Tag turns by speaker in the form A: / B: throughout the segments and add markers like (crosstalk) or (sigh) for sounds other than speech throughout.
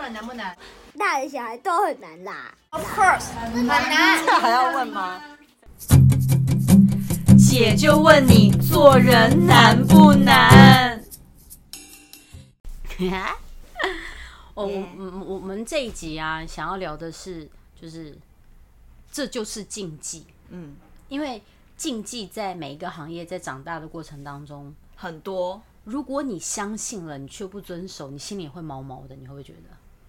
A: 问难不难
B: 大人小孩都很难啦。
A: ？Of course，很难。
C: 这还要问吗？
D: 姐就问你做人难不难？
C: 我我嗯我们这一集啊，想要聊的是，就是这就是禁忌，
D: 嗯，
C: 因为禁忌在每一个行业在长大的过程当中，
D: 很多
C: 如果你相信了，你却不遵守，你心里也会毛毛的，你会不会觉得？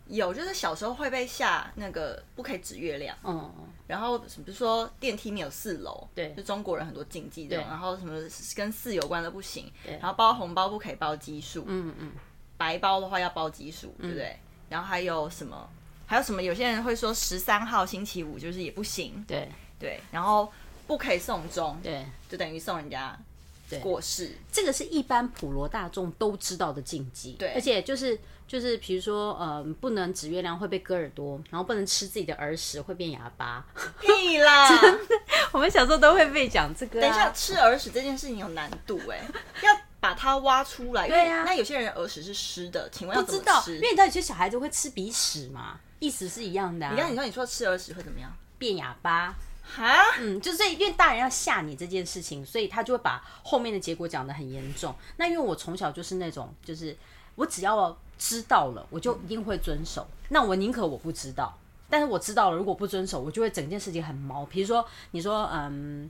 D: 有，就是小时候会被下那个不可以指月亮，
C: 嗯，
D: 然后比如说电梯没有四楼，
C: 对
D: 就中国人很多禁忌这种，
C: 对
D: 然后什么跟四有关的不行，
C: 对
D: 然后包红包不可以包奇数，
C: 嗯嗯，
D: 白包的话要包奇数，对不对？然后还有什么？还有什么？有些人会说十三号星期五就是也不行，
C: 对
D: 对，然后不可以送钟，
C: 对，
D: 就等于送人家
C: 对
D: 过世，
C: 这个是一般普罗大众都知道的禁忌，
D: 对
C: 而且就是就是比如说，呃，不能指月亮会被割耳朵，然后不能吃自己的耳屎会变哑巴。 (laughs)
D: 屁啦！
C: 啊我们小时候都会被讲这个、啊
D: 等一下，，吃耳屎这件事情有难度哎、要把它挖出来。因为
C: 对啊
D: 那有些人耳屎是湿的，请问要
C: 不
D: 怎么
C: 知道，
D: 吃？
C: 因为你知道有些小孩子会吃鼻屎嘛，意思是一样的、啊。
D: 你看，你说你说吃耳屎会怎么样？
C: 变哑巴，
D: 哈？
C: 嗯，就是因为大人要吓你这件事情，所以他就会把后面的结果讲得很严重。那因为我从小就是那种，就是我只要知道了，我就一定会遵守。那我宁可我不知道，但是我知道了，如果不遵守，我就会整件事情很毛。比如说，你说，嗯，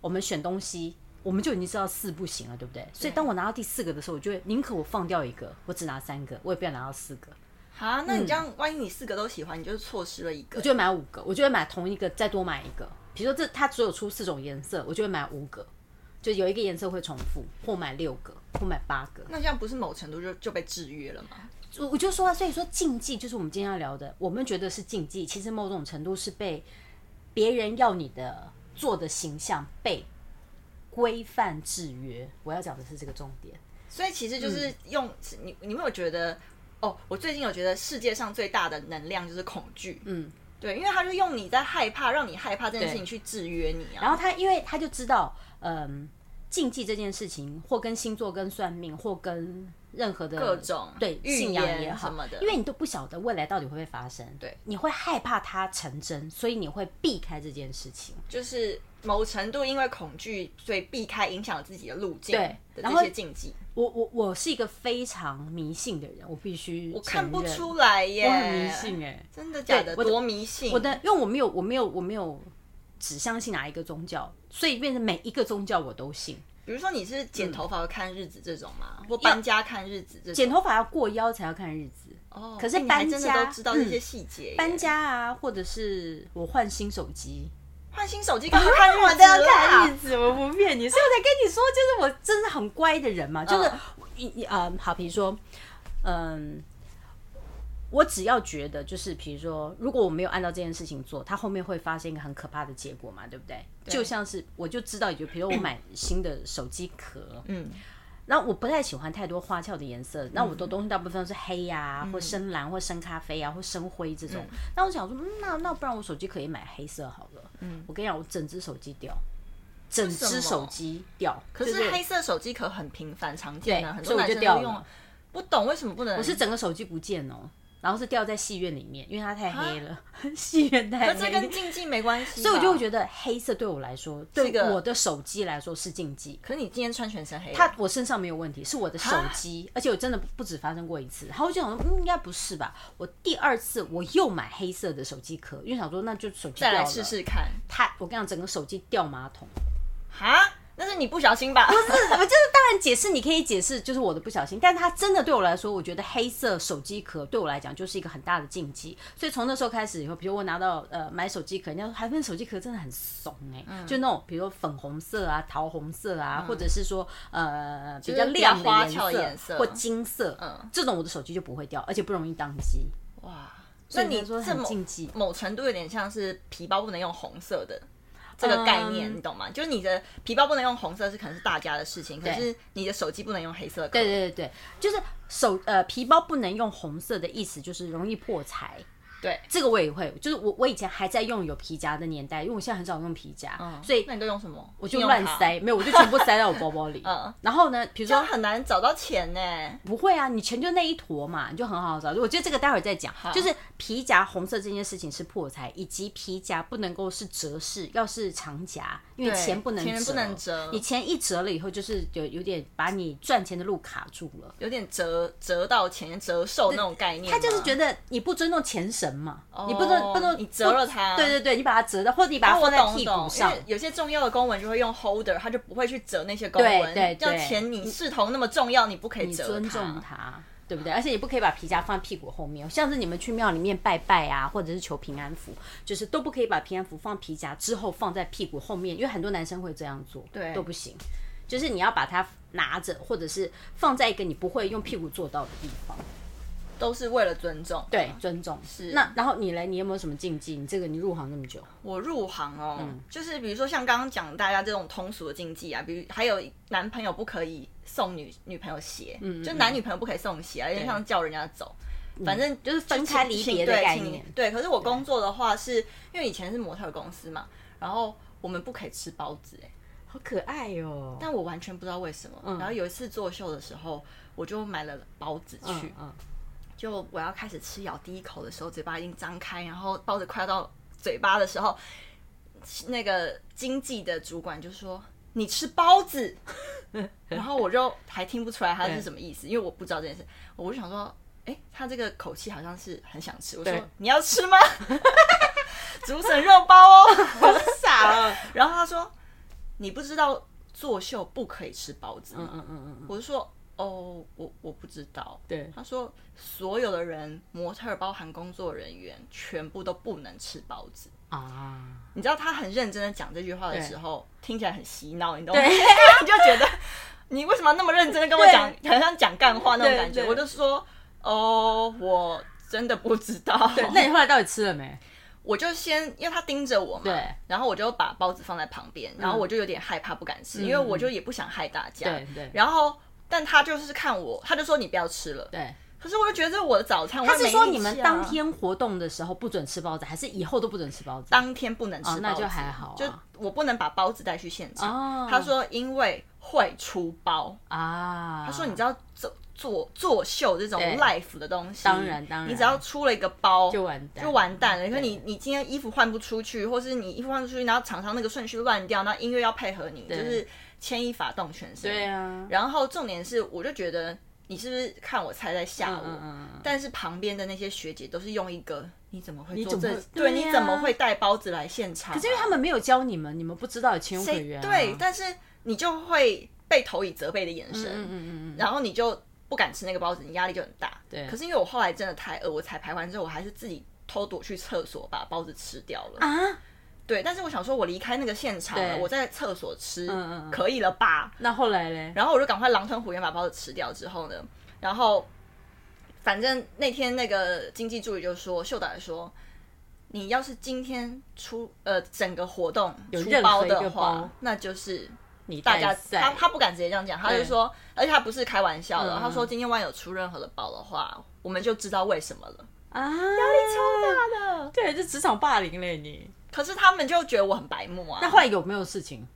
C: 我们选东西。我们就已经知道四不行了，对不对？所以当我拿到第四个的时候，我就会宁可我放掉一个，我只拿三个，我也不要拿到四个。
D: 哈？那你这样，万一你四个都喜欢，你就是错失了一个
C: 嗯我。就会买五个，我就会买同一个，再多买一个。比如说这它只有出四种颜色，我就会买五个，就有一个颜色会重复，或买六个，或买八个。
D: 那这样不是某程度就就被制约了吗？
C: 我我就说啊，所以说禁忌就是我们今天要聊的，我们觉得是禁忌，其实某种程度是被别人要你的做的形象被规范制约。我要讲的是这个重点。
D: 所以其实
C: 嗯
D: 就是用、你，你有没有觉得？哦，我最近有觉得世界上最大的能量就是恐惧。
C: 嗯，
D: 对，因为他就用你在害怕，让你害怕这件事情
C: 对
D: 去制约你啊。
C: 然后他因为他就知道，嗯，禁忌这件事情，或跟星座、跟算命，或跟任何的
D: 各种
C: 对
D: 预
C: 信仰
D: 言
C: 也好
D: 什么的
C: 因为你都不晓得未来到底会不会发生，
D: 对，
C: 你会害怕它成真，所以你会避开这件事情。
D: 就是某程度因为恐惧，所以避开影响自己的路径
C: 对
D: 的
C: 然
D: 这
C: 后
D: 些禁忌，
C: 我我我是一个非常迷信的人，我必须
D: 我看不
C: 承认
D: 出，来耶，
C: 我很迷信哎、
D: 真的假的？
C: 对我的
D: 多迷信！
C: 我的因为我没有我没有我没有只相信哪一个宗教，所以变成每一个宗教我都信。
D: 比如说你是剪头发看日子这种吗？或搬家看日子这种？
C: 嗯剪头发要过腰才要看日子，
D: 哦，
C: 可是
D: 哎你还
C: 搬
D: 真的
C: 家
D: 都知道这些
C: 嗯
D: 细节耶。
C: 搬家啊，或者是我换新手机，
D: 换新手机干嘛看日子啦？
C: 啊我都要看 (laughs) 日子，我不骗你，所以我才跟你说，就是我真的很乖的人嘛，就是
D: 嗯
C: 一一嗯，好，比如说，嗯，我只要觉得就是，比如说，如果我没有按照这件事情做，它后面会发生一个很可怕的结果嘛，对不对？就像是我就知道，就比如我买新的手机壳，
D: 嗯，
C: 然后我不太喜欢太多花俏的颜色，那我的东西大部分都是黑呀、
D: 嗯
C: 或深蓝，或深咖啡啊，或深灰这种。那我想说，嗯那那不然我手机可以买黑色好了。嗯，我跟你讲，我整只手机掉，整
D: 为什
C: 只
D: 么
C: 手机掉。
D: 可
C: 就是
D: 黑色手机壳很频繁常见啊，
C: 对
D: 很
C: 所
D: 多
C: 以我
D: 男
C: 就
D: 生
C: 掉
D: 都用
C: 了
D: 啊。不懂为什么不能？
C: 我
D: 我
C: 是整个手机不见哦，然后是掉在戏院里面，因为它太黑了， (laughs) 戏院太
D: 这
C: 黑
D: 跟。禁忌没关系吧，
C: 所以我就会觉得黑色对我来说，对
D: 个
C: 我的手机来说是禁忌。
D: 可是你今天穿全身黑，
C: 他我身上没有问题，是我的手机，而且我真的不止发生过一次。然后我就想说，嗯，应该不是吧？我第二次我又买黑色的手机壳，因为想说那就手机掉
D: 再
C: 了。
D: 来试试看。
C: 他，我跟你讲，整个手机掉马桶。
D: 哈，那是你不小心吧？不
C: 我就是当然解释，你可以解释，就是我的不小心，但是它真的对我来说，我觉得黑色手机壳对我来讲就是一个很大的禁忌。所以从那时候开始以后，比如我拿到呃买手机壳，人家说韩粉手机壳真的很怂哎、
D: 嗯
C: 就那种比如说粉红色啊、桃红色啊，或者是说呃比
D: 是
C: 较亮
D: 比
C: 的
D: 较花
C: 颜
D: 俏
C: 色
D: 的颜色
C: 或金色，
D: 嗯
C: 这种我的手机就不会掉，而且不容易当机。
D: 哇，
C: 所
D: 那
C: 以
D: 你
C: 说
D: 这
C: 很
D: 么
C: 禁忌。
D: 某程度有点像是皮包不能用红色的这个概念，
C: 嗯
D: 你懂吗？就是你的皮包不能用红色是可能是大家的事情，可
C: 对
D: 是你的手机不能用黑色的壳。
C: 对对对对，就是手呃皮包不能用红色的意思就是容易破财。
D: 对
C: 这个我也会，就是我我以前还在用有皮夹的年代，因为我现在很少用皮夹，所以
D: 嗯那你都用什么？我
C: 嗯我就乱塞，，没有，我就全部塞到我包包里。
D: (laughs) 嗯
C: 然后呢，比如
D: 这样
C: 说
D: 很难找到钱呢。
C: 不会啊，你钱就那一坨嘛，你就很好找。我觉得这个待会儿再讲，就是皮夹红色这件事情是破财，以及皮夹不能够是折式，要是长夹，因为
D: 对
C: 钱不能
D: 钱
C: 折，
D: 不能折
C: 你钱一折了以后，就是有有点把你赚钱的路卡住了。
D: 有点折折到钱折寿那种概念吗，哦
C: 他就是觉得你不尊重钱神嘛，你不尊不能
D: 你折了它
C: 对对对，你把它折到，或者你把它
D: 啊我
C: 放在
D: 懂
C: 屁
D: 懂
C: 股
D: 因
C: 上
D: 为，有些重要的公文就会用 holder，他就不会去折那些公
C: 对
D: 文。
C: 对
D: 要
C: 对
D: 钱你视同那么重要，你不可以
C: 你
D: 折
C: 尊重他，对不对？而且你不可以把皮夹放在屁股后面，像是你们去庙里面拜拜啊，或者是求平安符，就是都不可以把平安符放皮夹之后放在屁股后面，因为很多男生会这样做，
D: 对
C: 都不行。就是你要把它拿着，或者是放在一个你不会用屁股做到的地方，
D: 都是为了尊重。
C: 对，尊重
D: 啊是
C: 那然后你嘞，你有没有什么禁忌？你这个你入行那么久，
D: 我入行哦，
C: 嗯
D: 就是比如说像刚刚讲大家这种通俗的禁忌啊，比如还有男朋友不可以送女女朋友鞋，
C: 嗯
D: 就男女朋友不可以送鞋啊，有点像叫人家走。反正
C: 就是嗯分开离别的
D: 对
C: 概
D: 请
C: 念
D: 对，可是我工作的话是，因为以前是模特公司嘛，然后我们不可以吃包子、欸，
C: 好可爱哦、
D: 但我完全不知道为什么。
C: 嗯
D: 然后有一次作秀的时候，我就买了包子去，
C: 嗯嗯，
D: 就我要开始吃咬第一口的时候，嘴巴已经张开，然后包子快要到嘴巴的时候，那个经济的主管就说：“你吃包子。” (laughs) 然后我就还听不出来他是什么意思，因为我不知道这件事，我就想说。哎，他这个口气好像是很想吃。我说
C: 对
D: 你要吃 (laughs) 吗？竹笋肉包哦，我傻了。 (laughs) 然后他说你不知道作秀不可以吃包子吗？
C: 嗯嗯嗯嗯，
D: 我就说哦，我我不知道。
C: 对，
D: 他说所有的人，模特儿包含工作人员，全部都不能吃包子。
C: 啊，
D: 你知道他很认真的讲这句话的时候，听起来很洗脑，你懂吗？
C: 对
D: 你 (laughs) 就觉得你为什么那么认真的跟我讲，好像讲干话那种感觉。
C: 对对
D: 我就说哦，我真的不知道。
C: 对，那你后来到底吃了没？
D: 我就先，因为他盯着我嘛，
C: 对嗯
D: 然后我就把包子放在旁边，然后我就有点害怕，不敢吃，因为我就也不想害大家。
C: 对对
D: 然后，但他就是看我，他就说你不要吃了。
C: 对。
D: 可是我就觉得我的早餐，
C: 他
D: 我也
C: 是
D: 没
C: 说
D: 力
C: 你们
D: 气啊
C: 当天活动的时候不准吃包子，还是以后都不准吃包子？
D: 当天不能吃包
C: 哦
D: 子，
C: 那就还好啊
D: 就我不能把包子带去现场。
C: 哦
D: 他说因为会出包，
C: 啊，
D: 他说你知道做做作秀这种
C: 对
D: life 的东西，
C: 当然当然
D: 你只要出了一个包
C: 就完蛋
D: 就完蛋了。因为
C: 对
D: 你你今天衣服换不出去，或是你衣服换不出去，然后厂商那个顺序乱掉，那音乐要配合你，就是牵一发动全身。
C: 对。啊，
D: 然后重点是，我就觉得你是不是看我猜在吓
C: 嗯
D: 我？
C: 嗯嗯嗯，
D: 但是旁边的那些学姐都是用一个你怎么会
C: 你
D: 做
C: 怎
D: 这
C: 么？会
D: 对，
C: 对
D: 你
C: 呀
D: 怎么会带包子来现场啊、
C: 可是因为他们没有教你们，你们不知道有情有可
D: 谁
C: 原啊。
D: 对，但是你就会被投以责备的眼神，
C: 嗯嗯嗯嗯，
D: 然后你就不敢吃那个包子，你压力就很大。
C: 对
D: 可是因为我后来真的太饿，我彩排完之后，我还是自己偷躲去厕所把包子吃掉了。
C: 啊，
D: 对，但是我想说，我离开那个现场了，
C: 对
D: 我在厕所吃，
C: 嗯嗯嗯
D: 可以了吧？
C: 那后来嘞？
D: 然后我就赶快狼吞虎咽把包子吃掉之后呢，然后反正那天那个经济助理就说，秀导说，你要是今天出呃整个活动
C: 有
D: 出
C: 任何
D: 包
C: 一
D: 的
C: 个
D: 话
C: 包，
D: 那就是。
C: 你
D: 大家
C: 带赛
D: 他他不敢直接这样讲，他就
C: 对
D: 说，而且他不是开玩笑的，
C: 嗯
D: 他说今天万一有出任何的包的话，我们就知道为什么了。
C: 啊，压力超大的，对，这职场霸凌嘞你。
D: 可是他们就觉得我很白目啊。
C: 那后来有没有事情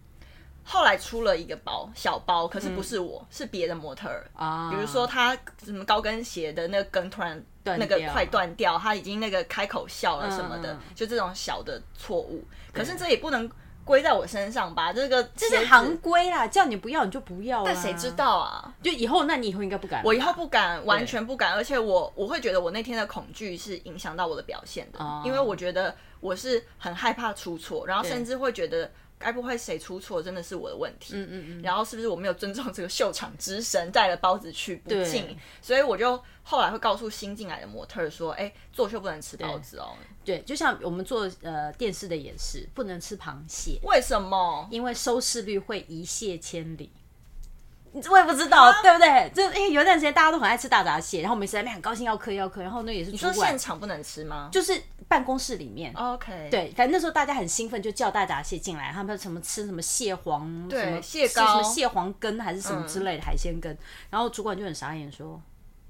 D: 后来出了一个包小包，可是不是
C: 嗯
D: 我，是别的模特儿。
C: 啊？
D: 比如说他什么高跟鞋的那个跟突然
C: 断
D: 那
C: 掉
D: 个快断掉，他已经那个开口笑了什么的，
C: 嗯嗯嗯
D: 就这种小的错误。可是这也不能归在我身上吧？这个这
C: 这是行，规啦，叫你不要你就不要啊。
D: 但谁知道啊？
C: 就以后，那你以后应该不敢了吧。
D: 我以后不敢，完全不敢，而且我我会觉得我那天的恐惧是影响到我的表现的，
C: 哦
D: 因为我觉得我是很害怕出错，然后
C: 对
D: 甚至会觉得该不会谁出错真的是我的问题，
C: 嗯嗯嗯，
D: 然后是不是我没有尊重这个秀场之神，带了包子去不
C: 对
D: 敬？所以我就后来会告诉新进来的模特儿说：“哎、作秀不能吃包子哦，
C: 对，就像我们做呃电视的也是，不能吃螃蟹。
D: 为什么？
C: 因为收视率会一泻千里。我也不知道，
D: 啊
C: 对不对？就因为有一段时间大家都很爱吃大闸蟹，然后我们实在很高兴要嗑要嗑，然后呢也是
D: 你说
C: 主管
D: 现场不哦能吃吗
C: 就是办公室里面。
D: ？OK，，
C: 对，反正那时候大家很兴奋，就叫大闸蟹进来，他们什么吃什么蟹黄，
D: 对
C: 什么
D: 蟹
C: 吃什么
D: 膏嗯
C: 蟹黄羹还是什么之类的海鲜羹，然后主管就很傻眼说：“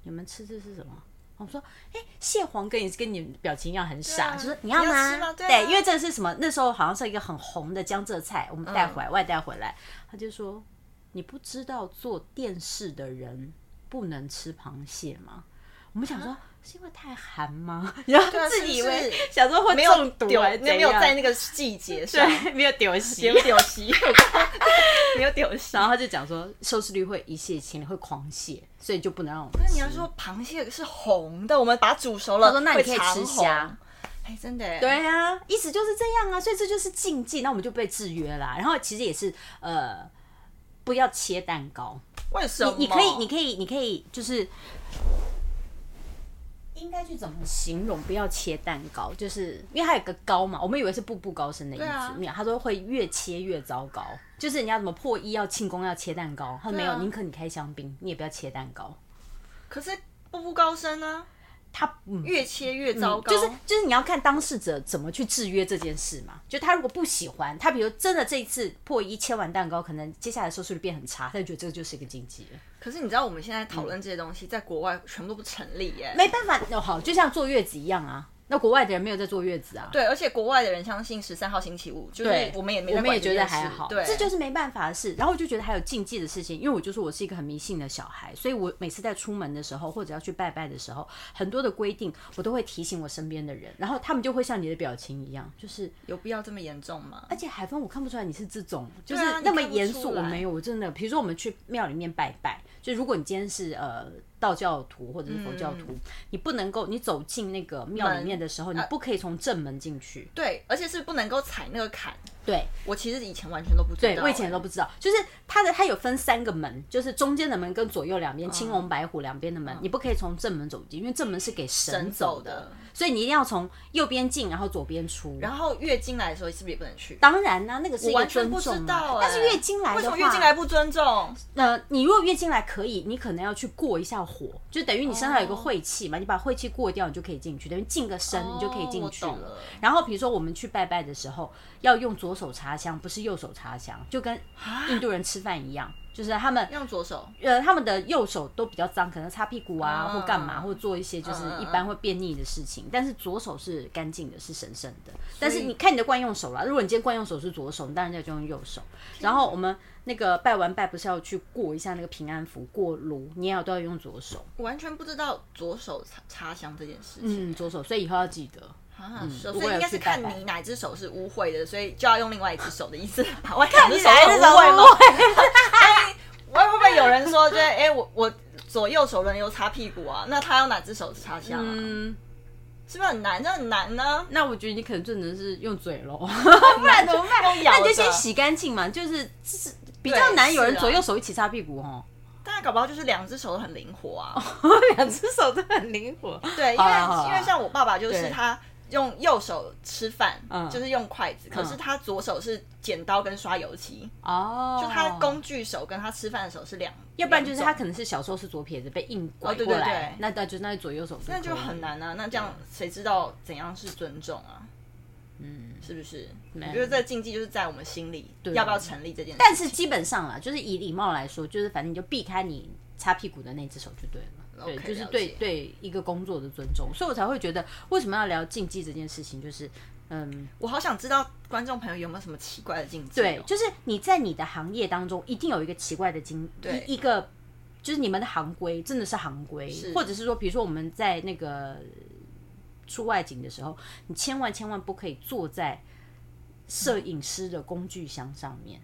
C: 你们吃这是什么？我说，哎、蟹黄羹也是跟你表情一样很傻，
D: 对啊
C: 就是你要
D: 你要
C: 吗？
D: 吃吗对啊
C: 因为这个是什么？那时候好像是一个很红的江浙菜，我们带
D: 嗯
C: 回来、外带回来，他就说你不知道做电视的人不能吃螃蟹吗？我们想说。是因为太寒吗？然后
D: 啊对啊
C: 自己以
D: 是
C: 为
D: 不是
C: 想说
D: (laughs)
C: 会
D: 没有
C: 中毒
D: 丢，
C: 还是怎
D: 没有
C: 样
D: 在那个季节上，
C: (laughs) 对，没有丢席
D: 没有丢 (laughs) 席，没有丢席
C: (laughs) 然。后他就讲说，收视率会一泻千里，会狂泻，所以就不能让我们
D: 那
C: 吃。
D: 你要说螃蟹是红的，我们把它煮熟了，
C: 他说那你可以
D: 会长
C: 吃
D: 红
C: 虾，，
D: 哎，真的耶，
C: 对啊，意思就是这样啊，所以这就是禁忌，那我们就被制约啦。然后其实也是呃，不要切蛋糕，
D: 为什
C: 你
D: 么？
C: 你可以，你可以，你可以就是。应该去怎么形容？不要切蛋糕，就是因为它有个高嘛，我们以为是步步高升的意思，
D: 对啊
C: 没有，他说会越切越糟糕，就是人家怎么破衣要庆功要切蛋糕，他说没
D: 对
C: 有，
D: 啊
C: 宁可你开香槟，你也不要切蛋糕。
D: 可是步步高升呢，
C: 他嗯，
D: 越切越糟糕，
C: 就是就是你要看当事者怎么去制约这件事嘛。就他如果不喜欢，他比如真的这一次破一切完蛋糕，可能接下来收视率变很差，他就觉得这个就是一个禁忌了，
D: 可是你知道我们现在讨论这些东西，在国外全部都不成立耶。
C: 没办法。哦，好，就像坐月子一样啊。那国外的人没有在坐月子啊，
D: 对，而且国外的人相信十三号星期五，就是
C: 对，
D: 我们也没
C: 我
D: 在
C: 们
D: 管
C: 也觉
D: 这
C: 得
D: 件事
C: 还好，
D: 对，
C: 这就是没办法的事。然后我就觉得还有禁忌的事情，因为我就说我是一个很迷信的小孩，所以我每次在出门的时候或者要去拜拜的时候，很多的规定我都会提醒我身边的人，然后他们就会像你的表情一样，就是
D: 有必要这么严重吗
C: 而？且海峰，我看不出来你是这种，就
D: 对
C: 是
D: 啊
C: 那么
D: 你看不
C: 严肃，
D: 出
C: 我
D: 来
C: 没有。我真的，比如说我们去庙里面拜拜，就如果你今天是呃道教徒或者是佛教徒，你不能够，你走进那个庙里
D: 嗯门呃
C: 面的时候，你不可以从正门进去。
D: 对，而且是不能够踩那个坎。
C: 对
D: 我其实以前完全都不知道耶，
C: 对，我以前都不知道，就是它的它有分三个门，就是中间的门跟左右两
D: 嗯
C: 边青龙白虎两边的门，你不可以从正门走进，因为正门是给神
D: 神
C: 走
D: 走
C: 的，
D: 的
C: 所以你一定要从右边进，然后左边出。
D: 然后月经来的时候是不是也不能去？
C: 当然啦、那个是一
D: 我
C: 个
D: 完全
C: 尊
D: 不知
C: 重、啊，
D: 道、哎
C: 但是月经来
D: 为什
C: 的
D: 么
C: 话，
D: 月经来不尊重？
C: 呃，你如果月经来可以，你可能要去过一下火，就等于你身上有一个晦气嘛，你把晦气过掉，你就可以进去，等于净个身，
D: 哦
C: 你就可以进去
D: 我懂了
C: 然后比如说我们去拜拜的时候，要用左手插香，不是右手插香，就跟
D: 啊
C: 印度人吃饭一样，就是他们
D: 用左手，
C: 呃，他们的右手都比较脏，可能擦屁股啊，
D: 嗯
C: 或干嘛，或做一些就是
D: 嗯嗯
C: 一般会便秘的事情。但是左手是干净的，是神圣的。但是你看你的惯用手啦，如果你今天惯用手是左手，你当然就要用右手。然后我们那个拜完拜不是要去过一下那个平安符，过炉，你也要都要用左手，
D: 我完全不知道左手插插香这件事情。
C: 嗯，左手，所以以后要记得。
D: 啊，是哦所
C: 如果
D: 以应
C: 有
D: 该
C: 去
D: 是
C: 拜
D: 看
C: 拜
D: 你哪只手是污秽的，所以就要用另外一只手的意
C: (laughs)
D: 思。我看
C: 你哪一只手是
D: 吗
C: 污？
D: (laughs) 我会不会有人说，就是哎、我我左右手轮流擦屁股啊？那他用哪只手擦香啊？
C: 嗯，
D: 是不是很难？这很难呢？
C: 那我觉得你可能只能是用嘴喽， (laughs) 不然怎么
D: (laughs)
C: 办？
D: 用咬
C: 那你就
D: 的
C: 先洗干净嘛，就是就是比较
D: 对
C: 难有人
D: 是啊
C: 左右手一起擦屁股哦。 (laughs)
D: 大家搞不好就是两只手都很灵活啊。
C: 两只手都很灵活。
D: 对，因
C: 好
D: 为
C: 啦好啦
D: 因为像我爸爸就
C: 对
D: 是他用右手吃饭
C: 嗯，
D: 就是用筷子，可是他左手是剪刀跟刷油漆，
C: 哦，
D: 就他的工具手跟他吃饭的手是两，
C: 要不然就是他
D: 两种
C: 可能是小时候是左撇子被硬拐
D: 哦对
C: 过
D: 对
C: 来，
D: 对
C: 那那就那就左右手都
D: 那就
C: 可以
D: 很。难啊。那这样谁知道怎样是尊重啊？嗯，是不是？我觉得这禁忌就是在我们心里，要不要成立这件事？
C: 但是基本上啦，就是以礼貌来说，就是反正你就避开你擦屁股的那只手就对了。对
D: OK，
C: 就是
D: 了解
C: 对对一个工作的尊重，所以我才会觉得为什么要聊禁忌这件事情，就是嗯，
D: 我好想知道观众朋友有没有什么奇怪的禁忌、哦
C: 对，，就是你在你的行业当中一定有一个奇怪的经，
D: 对
C: 一一个就是你们的行规真的是行规，
D: 是
C: 或者是说，比如说我们在那个出外景的时候，你千万千万不可以坐在摄影师的工具箱上面。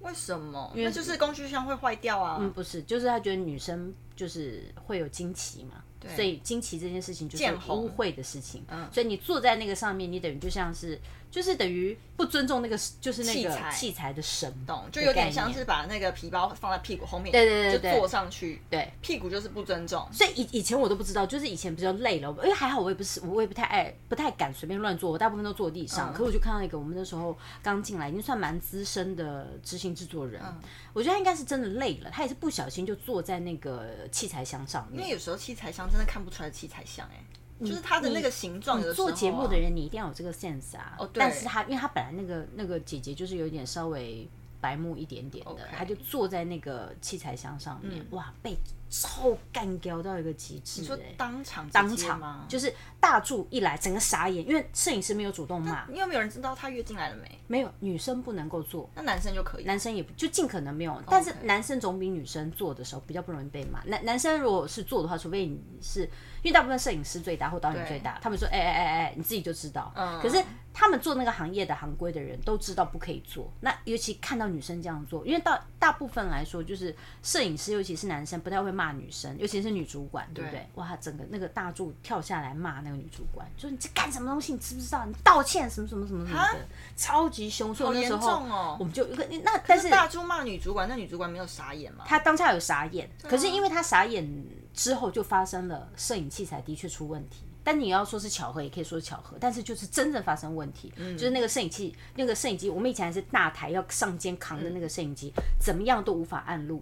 D: 为什么？
C: 为
D: 那就是工具箱会坏掉啊。
C: 嗯，不是，就是他觉得女生就是会有惊奇嘛，所以惊奇这件事情就是
D: 见红嗯
C: 污秽的事情，所以你坐在那个上面，你等于就像是就是等于不尊重那个就是那
D: 器
C: 个
D: 材
C: 器材的神，
D: 懂，就有点像是把那个皮包放在屁股后面，
C: 对对对对
D: 就坐上去，
C: 对。
D: 屁股就是不尊重。
C: 所以以以前我都不知道，就是以前比较累了，因为还好我也不是，我也不太爱，不太敢随便乱坐，我大部分都坐地上。
D: 嗯
C: 可我就看到一个，我们那时候刚进来，已经算蛮资深的执行制作人，
D: 嗯
C: 我觉得他应该是真的累了，他也是不小心就坐在那个器材箱上
D: 因为
C: 面。
D: 有时候器啊材箱真的看不出来器材箱、哎，就是它的那个形状、有的时候啊
C: 做节目的人，你一定要有这个 sense 啊。
D: 哦对
C: 但是他，因为他本来那个那个姐姐就是有一点稍微白目一点点的
D: OK，嗯
C: 他就坐在那个器材箱上面，哇，被臭干掉到一个极致、
D: 就
C: 哎
D: 当场
C: 当
D: 直接
C: 场
D: 吗？
C: 就是大柱一来，整个傻眼，因为摄影师没有主动骂，
D: 你有没有人知道她月经来了没？
C: 没有女生不能够做，
D: 那男生就可以，
C: 男生也不就尽可能没有，但是男生总比女生做的时候比较不容易被骂。男男生如果是做的话，除非你是因为大部分摄影师最大或导演
D: 对
C: 最大，他们说哎哎哎哎，你自己就知道。
D: 嗯
C: 可是他们做那个行业的行规的人都知道不可以做。那尤其看到女生这样做，因为到大部分来说，就是摄影师尤其是男生不太会骂女生，尤其是女主管，对不对？
D: 对
C: 哇，整个那个大柱跳下来骂那个女主管，说你在干什么东西？你知不知道？你道歉什么什么什么什么的，超级凶。所以我那时候、
D: 好严重哦
C: 我们就一个那但是
D: 大猪骂女主管，那女主管没有傻眼吗？
C: 他当下有傻眼，
D: 啊
C: 可是因为他傻眼之后就发生了摄影器材的确出问题。但你要说是巧合，也可以说是巧合，但是就是真正发生问题，
D: 嗯
C: 就是那个摄影器、那个摄影机，我们以前还是大台要上肩扛的那个摄影机，怎么样都无法按路，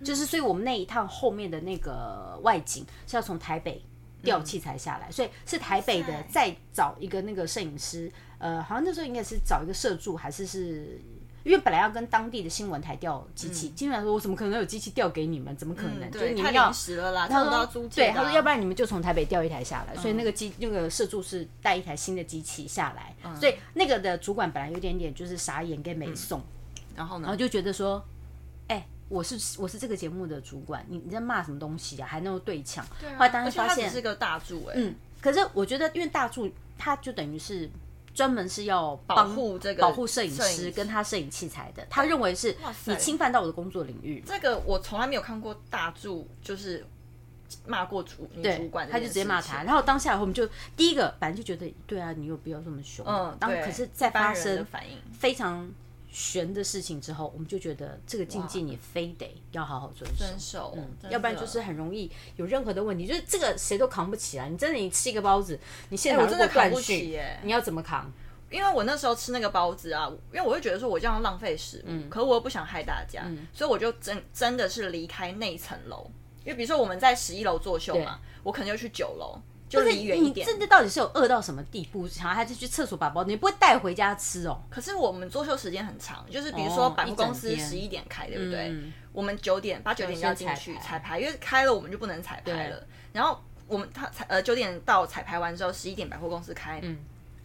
D: 嗯
C: 就是所以我们那一趟后面的那个外景是要从台北调器材下来，所以是台北的
D: 嗯哇塞
C: 再找一个那个摄影师，呃，好像那时候应该是找一个摄助还是是。因为本来要跟当地的新闻台调机器，新闻台说：“我怎么可能有机器调给你们？怎么可能？
D: 嗯
C: 就是
D: 对，
C: 你
D: 太
C: 们要
D: 临时了嗯啦，
C: 他
D: 他们都要租借
C: 对，
D: 的啊。
C: 他说要不然你们就从台北调一台下来，所以那个机那个社助是带一台新的机器下来，
D: 嗯
C: 所以那个的主管本来有点点就是傻眼跟没送，
D: 然后
C: 然后
D: 呢？
C: 就觉得说，哎、我是我是这个节目的主管，你你在骂什么东西啊？还能够对呛？后来当
D: 啊而
C: 时
D: 且
C: 发
D: 他
C: 现
D: 只是个大猪哎，
C: 嗯，可是我觉得，因为大柱他就等于是专门是要
D: 保
C: 帮
D: 护这个
C: 保护摄影
D: 摄影
C: 师跟他摄影器材的，他认为是
D: 哇塞
C: 你侵犯到我的工作领域。
D: 这个我从来没有看过大柱就是骂过主女主
C: 对
D: 管，，
C: 他就直接骂他，。然后当下我们就第一个，反正就觉得对啊，你有必要这么凶。
D: 嗯，
C: 当
D: 对
C: 可是在
D: 一般
C: 发
D: 人的
C: 生
D: 反应，
C: 非常悬的事情之后，我们就觉得这个禁忌你非得要好好遵守，
D: 遵守
C: 嗯
D: 真的
C: 要不然就是很容易有任何的问题，就是这个谁都扛不起来。你真的你吃一个包子，你现
D: 哎
C: 场
D: 我
C: 如
D: 真
C: 果
D: 的扛
C: 断
D: 不起
C: 续
D: 耶，
C: 你要怎么扛？
D: 因为我那时候吃那个包子啊，因为我会觉得说我这样浪费食物，可我又不想害大家，所以我就真真的是离开那一层楼。因为比如说我们在十一楼作秀嘛，我可能就去九楼，就
C: 但是
D: 离远一
C: 你
D: 点。
C: 真的到底是有饿到什么地步，然后还是去厕所把包，你不会带回家吃哦？
D: 可是我们作秀时间很长，就是比如说
C: 哦
D: 百货公司
C: 一整天
D: 十一点开，对不对？
C: 嗯
D: 我们九点八九点就要进去
C: 先彩排
D: 彩排，因为开了我们就不能彩排了。然后我们他彩呃九点到彩排完之后，十一点百货公司开，
C: 嗯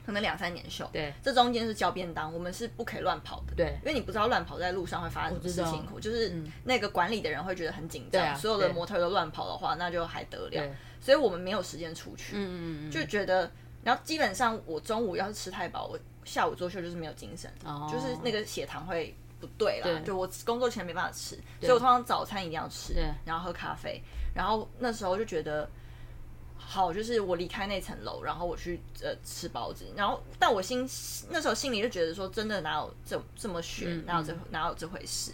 D: 可能两三点秀。
C: 对
D: 这中间是交便当，我们是不可以乱跑的。
C: 对
D: 因为你不知道乱跑在路上会发生什么事
C: 我
D: 情
C: 知，道嗯
D: 就是那个管理的人会觉得很紧
C: 对
D: 张，
C: 啊
D: 所有的
C: 对
D: 模特都乱跑的话，那就还得了
C: 对。
D: 所以我们没有时间出去。
C: 嗯嗯，
D: 就觉得，然后基本上我中午要是吃太饱，我下午做秀就是没有精神，
C: 哦
D: 就是那个血糖会不对啦。
C: 对
D: 就我工作前没办法吃，所以我通常早餐一定要吃
C: 对，
D: 然后喝咖啡。然后那时候就觉得，好，就是我离开那层楼，然后我去呃吃包子。然后，但我心那时候心里就觉得说，真的哪有这这么悬，
C: 嗯
D: 哪有这
C: 嗯
D: 哪有这回事？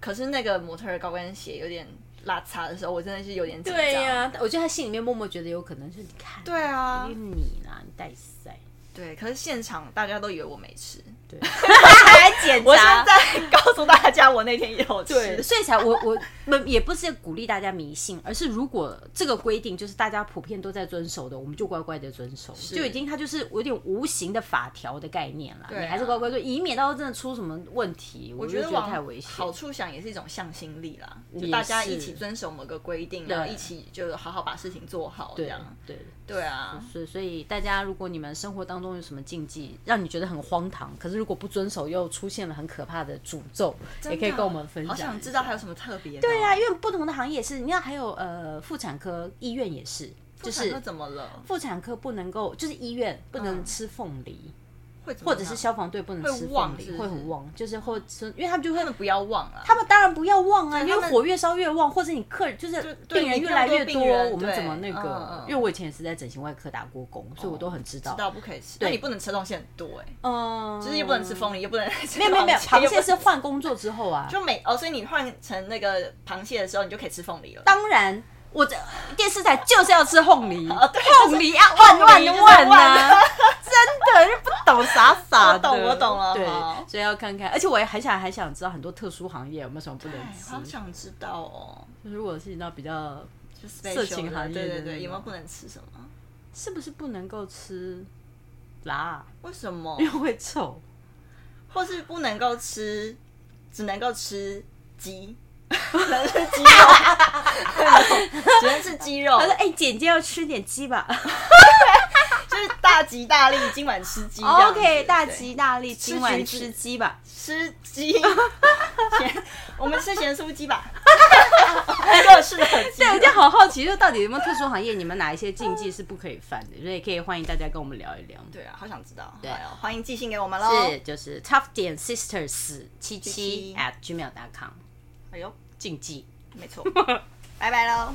D: 可是那个模特儿高跟鞋有点拉碴的时候，我真的是有点紧张。
C: 对呀、我觉得他心里面默默觉得有可能是你看，
D: 对啊，
C: 因为你啦，你带赛，
D: 对，可是现场大家都以为我没吃，(laughs)
C: 对，
D: 还检
C: 查
D: 我现在 (laughs) 告诉大家，我那天有吃。
C: 所以才我我们也不是鼓励大家迷信，而是如果这个规定就是大家普遍都在遵守的，我们就乖乖的遵守，就已经它就是有点无形的法条的概念啦，
D: 啊
C: 你还是乖乖做，以免到时候真的出什么问题，我
D: 我
C: 就
D: 觉
C: 觉
D: 得
C: 得
D: 往
C: 太危险。
D: 好处想也是一种向心力啦，
C: 也
D: 就是大家一起遵守某个规定，然后
C: 对
D: 一起就好好把事情做好，这
C: 对
D: 样。
C: 对，
D: 对啊，
C: 所以所以大家，如果你们生活当中有什么禁忌，让你觉得很荒唐，可是如果不遵守又出现了很可怕的诅咒，也可以跟我们分享。
D: 好想知道还有什么特别的。
C: 对啊，，因为不同的行业也是，你看还有呃妇产科医院也是，就
D: 就是
C: 是
D: 怎么了？
C: 妇产科不能够，就是医院不能
D: 嗯
C: 吃凤梨，
D: 会怎么
C: 或
D: 样
C: 者是消防队不能吃
D: 嗯会旺
C: 凤梨，
D: 是不
C: 会
D: 是
C: 很旺，就是或是因为他们就
D: 他
C: 会
D: 们。不要忘啊了，
C: 他们当然不要旺啊，因
D: 对
C: 为
D: 他们
C: 火越烧越旺，或者你客人就是
D: 对
C: 病人
D: 你
C: 越
D: 那么
C: 来
D: 多
C: 越
D: 病
C: 多，
D: 人
C: 我们怎
D: 对
C: 么那
D: 嗯
C: 个
D: 嗯？哦
C: 因为我以前也是在整形外科打过工，所以我都很知道。
D: 知道不可以吃，但啊你不能吃东西很多哎，
C: 嗯，
D: 就是又不能吃凤梨，又不能吃
C: 没有没有没有，螃
D: 又不
C: 蟹是换工作之后啊。
D: (laughs) 就每哦，所以你换成那个螃蟹的时候，你就可以吃凤梨了。
C: 当然，我这电视台就是要吃
D: (laughs)
C: 凤梨，
D: 对
C: 凤梨啊，万
D: 呃凤梨就是
C: 万万啊
D: 万
C: 呐！ (laughs) 真的就不懂傻傻的。
D: 我懂我懂了好
C: 对，所以要看看，而且我也很想很想知道很多特殊行业有没有什么不能
D: 哎，
C: 吃
D: 好。想知道哦，
C: 如果是你到比较，
D: 就 special
C: 色情行
D: 的
C: 业
D: 对
C: 的
D: 对对，
C: 那
D: 有没有
C: 种
D: 不能吃什么？
C: 是不是不能够吃辣，
D: 为什么？
C: 因为会
D: 哦
C: 臭？
D: (laughs) 或是不能够吃，只能够吃鸡？能吃鸡肉，只能吃鸡肉 (laughs)
C: 他，说：“哎、姐，你今天要吃点鸡吧。
D: 就是大吉大利，今晚吃鸡这样
C: (laughs)
D: 子。
C: 哦 ”OK，大
D: 对
C: 吉大利，今晚
D: 橘子
C: 吃鸡吧。
D: 吃 (laughs) 鸡，咸我们吃咸酥鸡 (laughs) 吧，各式的鸡
C: 对，。我就好好奇，就到底有没有特殊行业，你们哪一些禁忌是不可以犯的？所以可以欢迎大家跟我们聊一聊。
D: 对啊，好想知道。
C: 对
D: 哎呦欢迎寄信给我们喽。
C: 是，就是 tough 点 sisters 七七
D: 77
C: at gmail.com
D: 哎呦， (laughs)
C: 禁忌。
D: 没错，拜拜喽。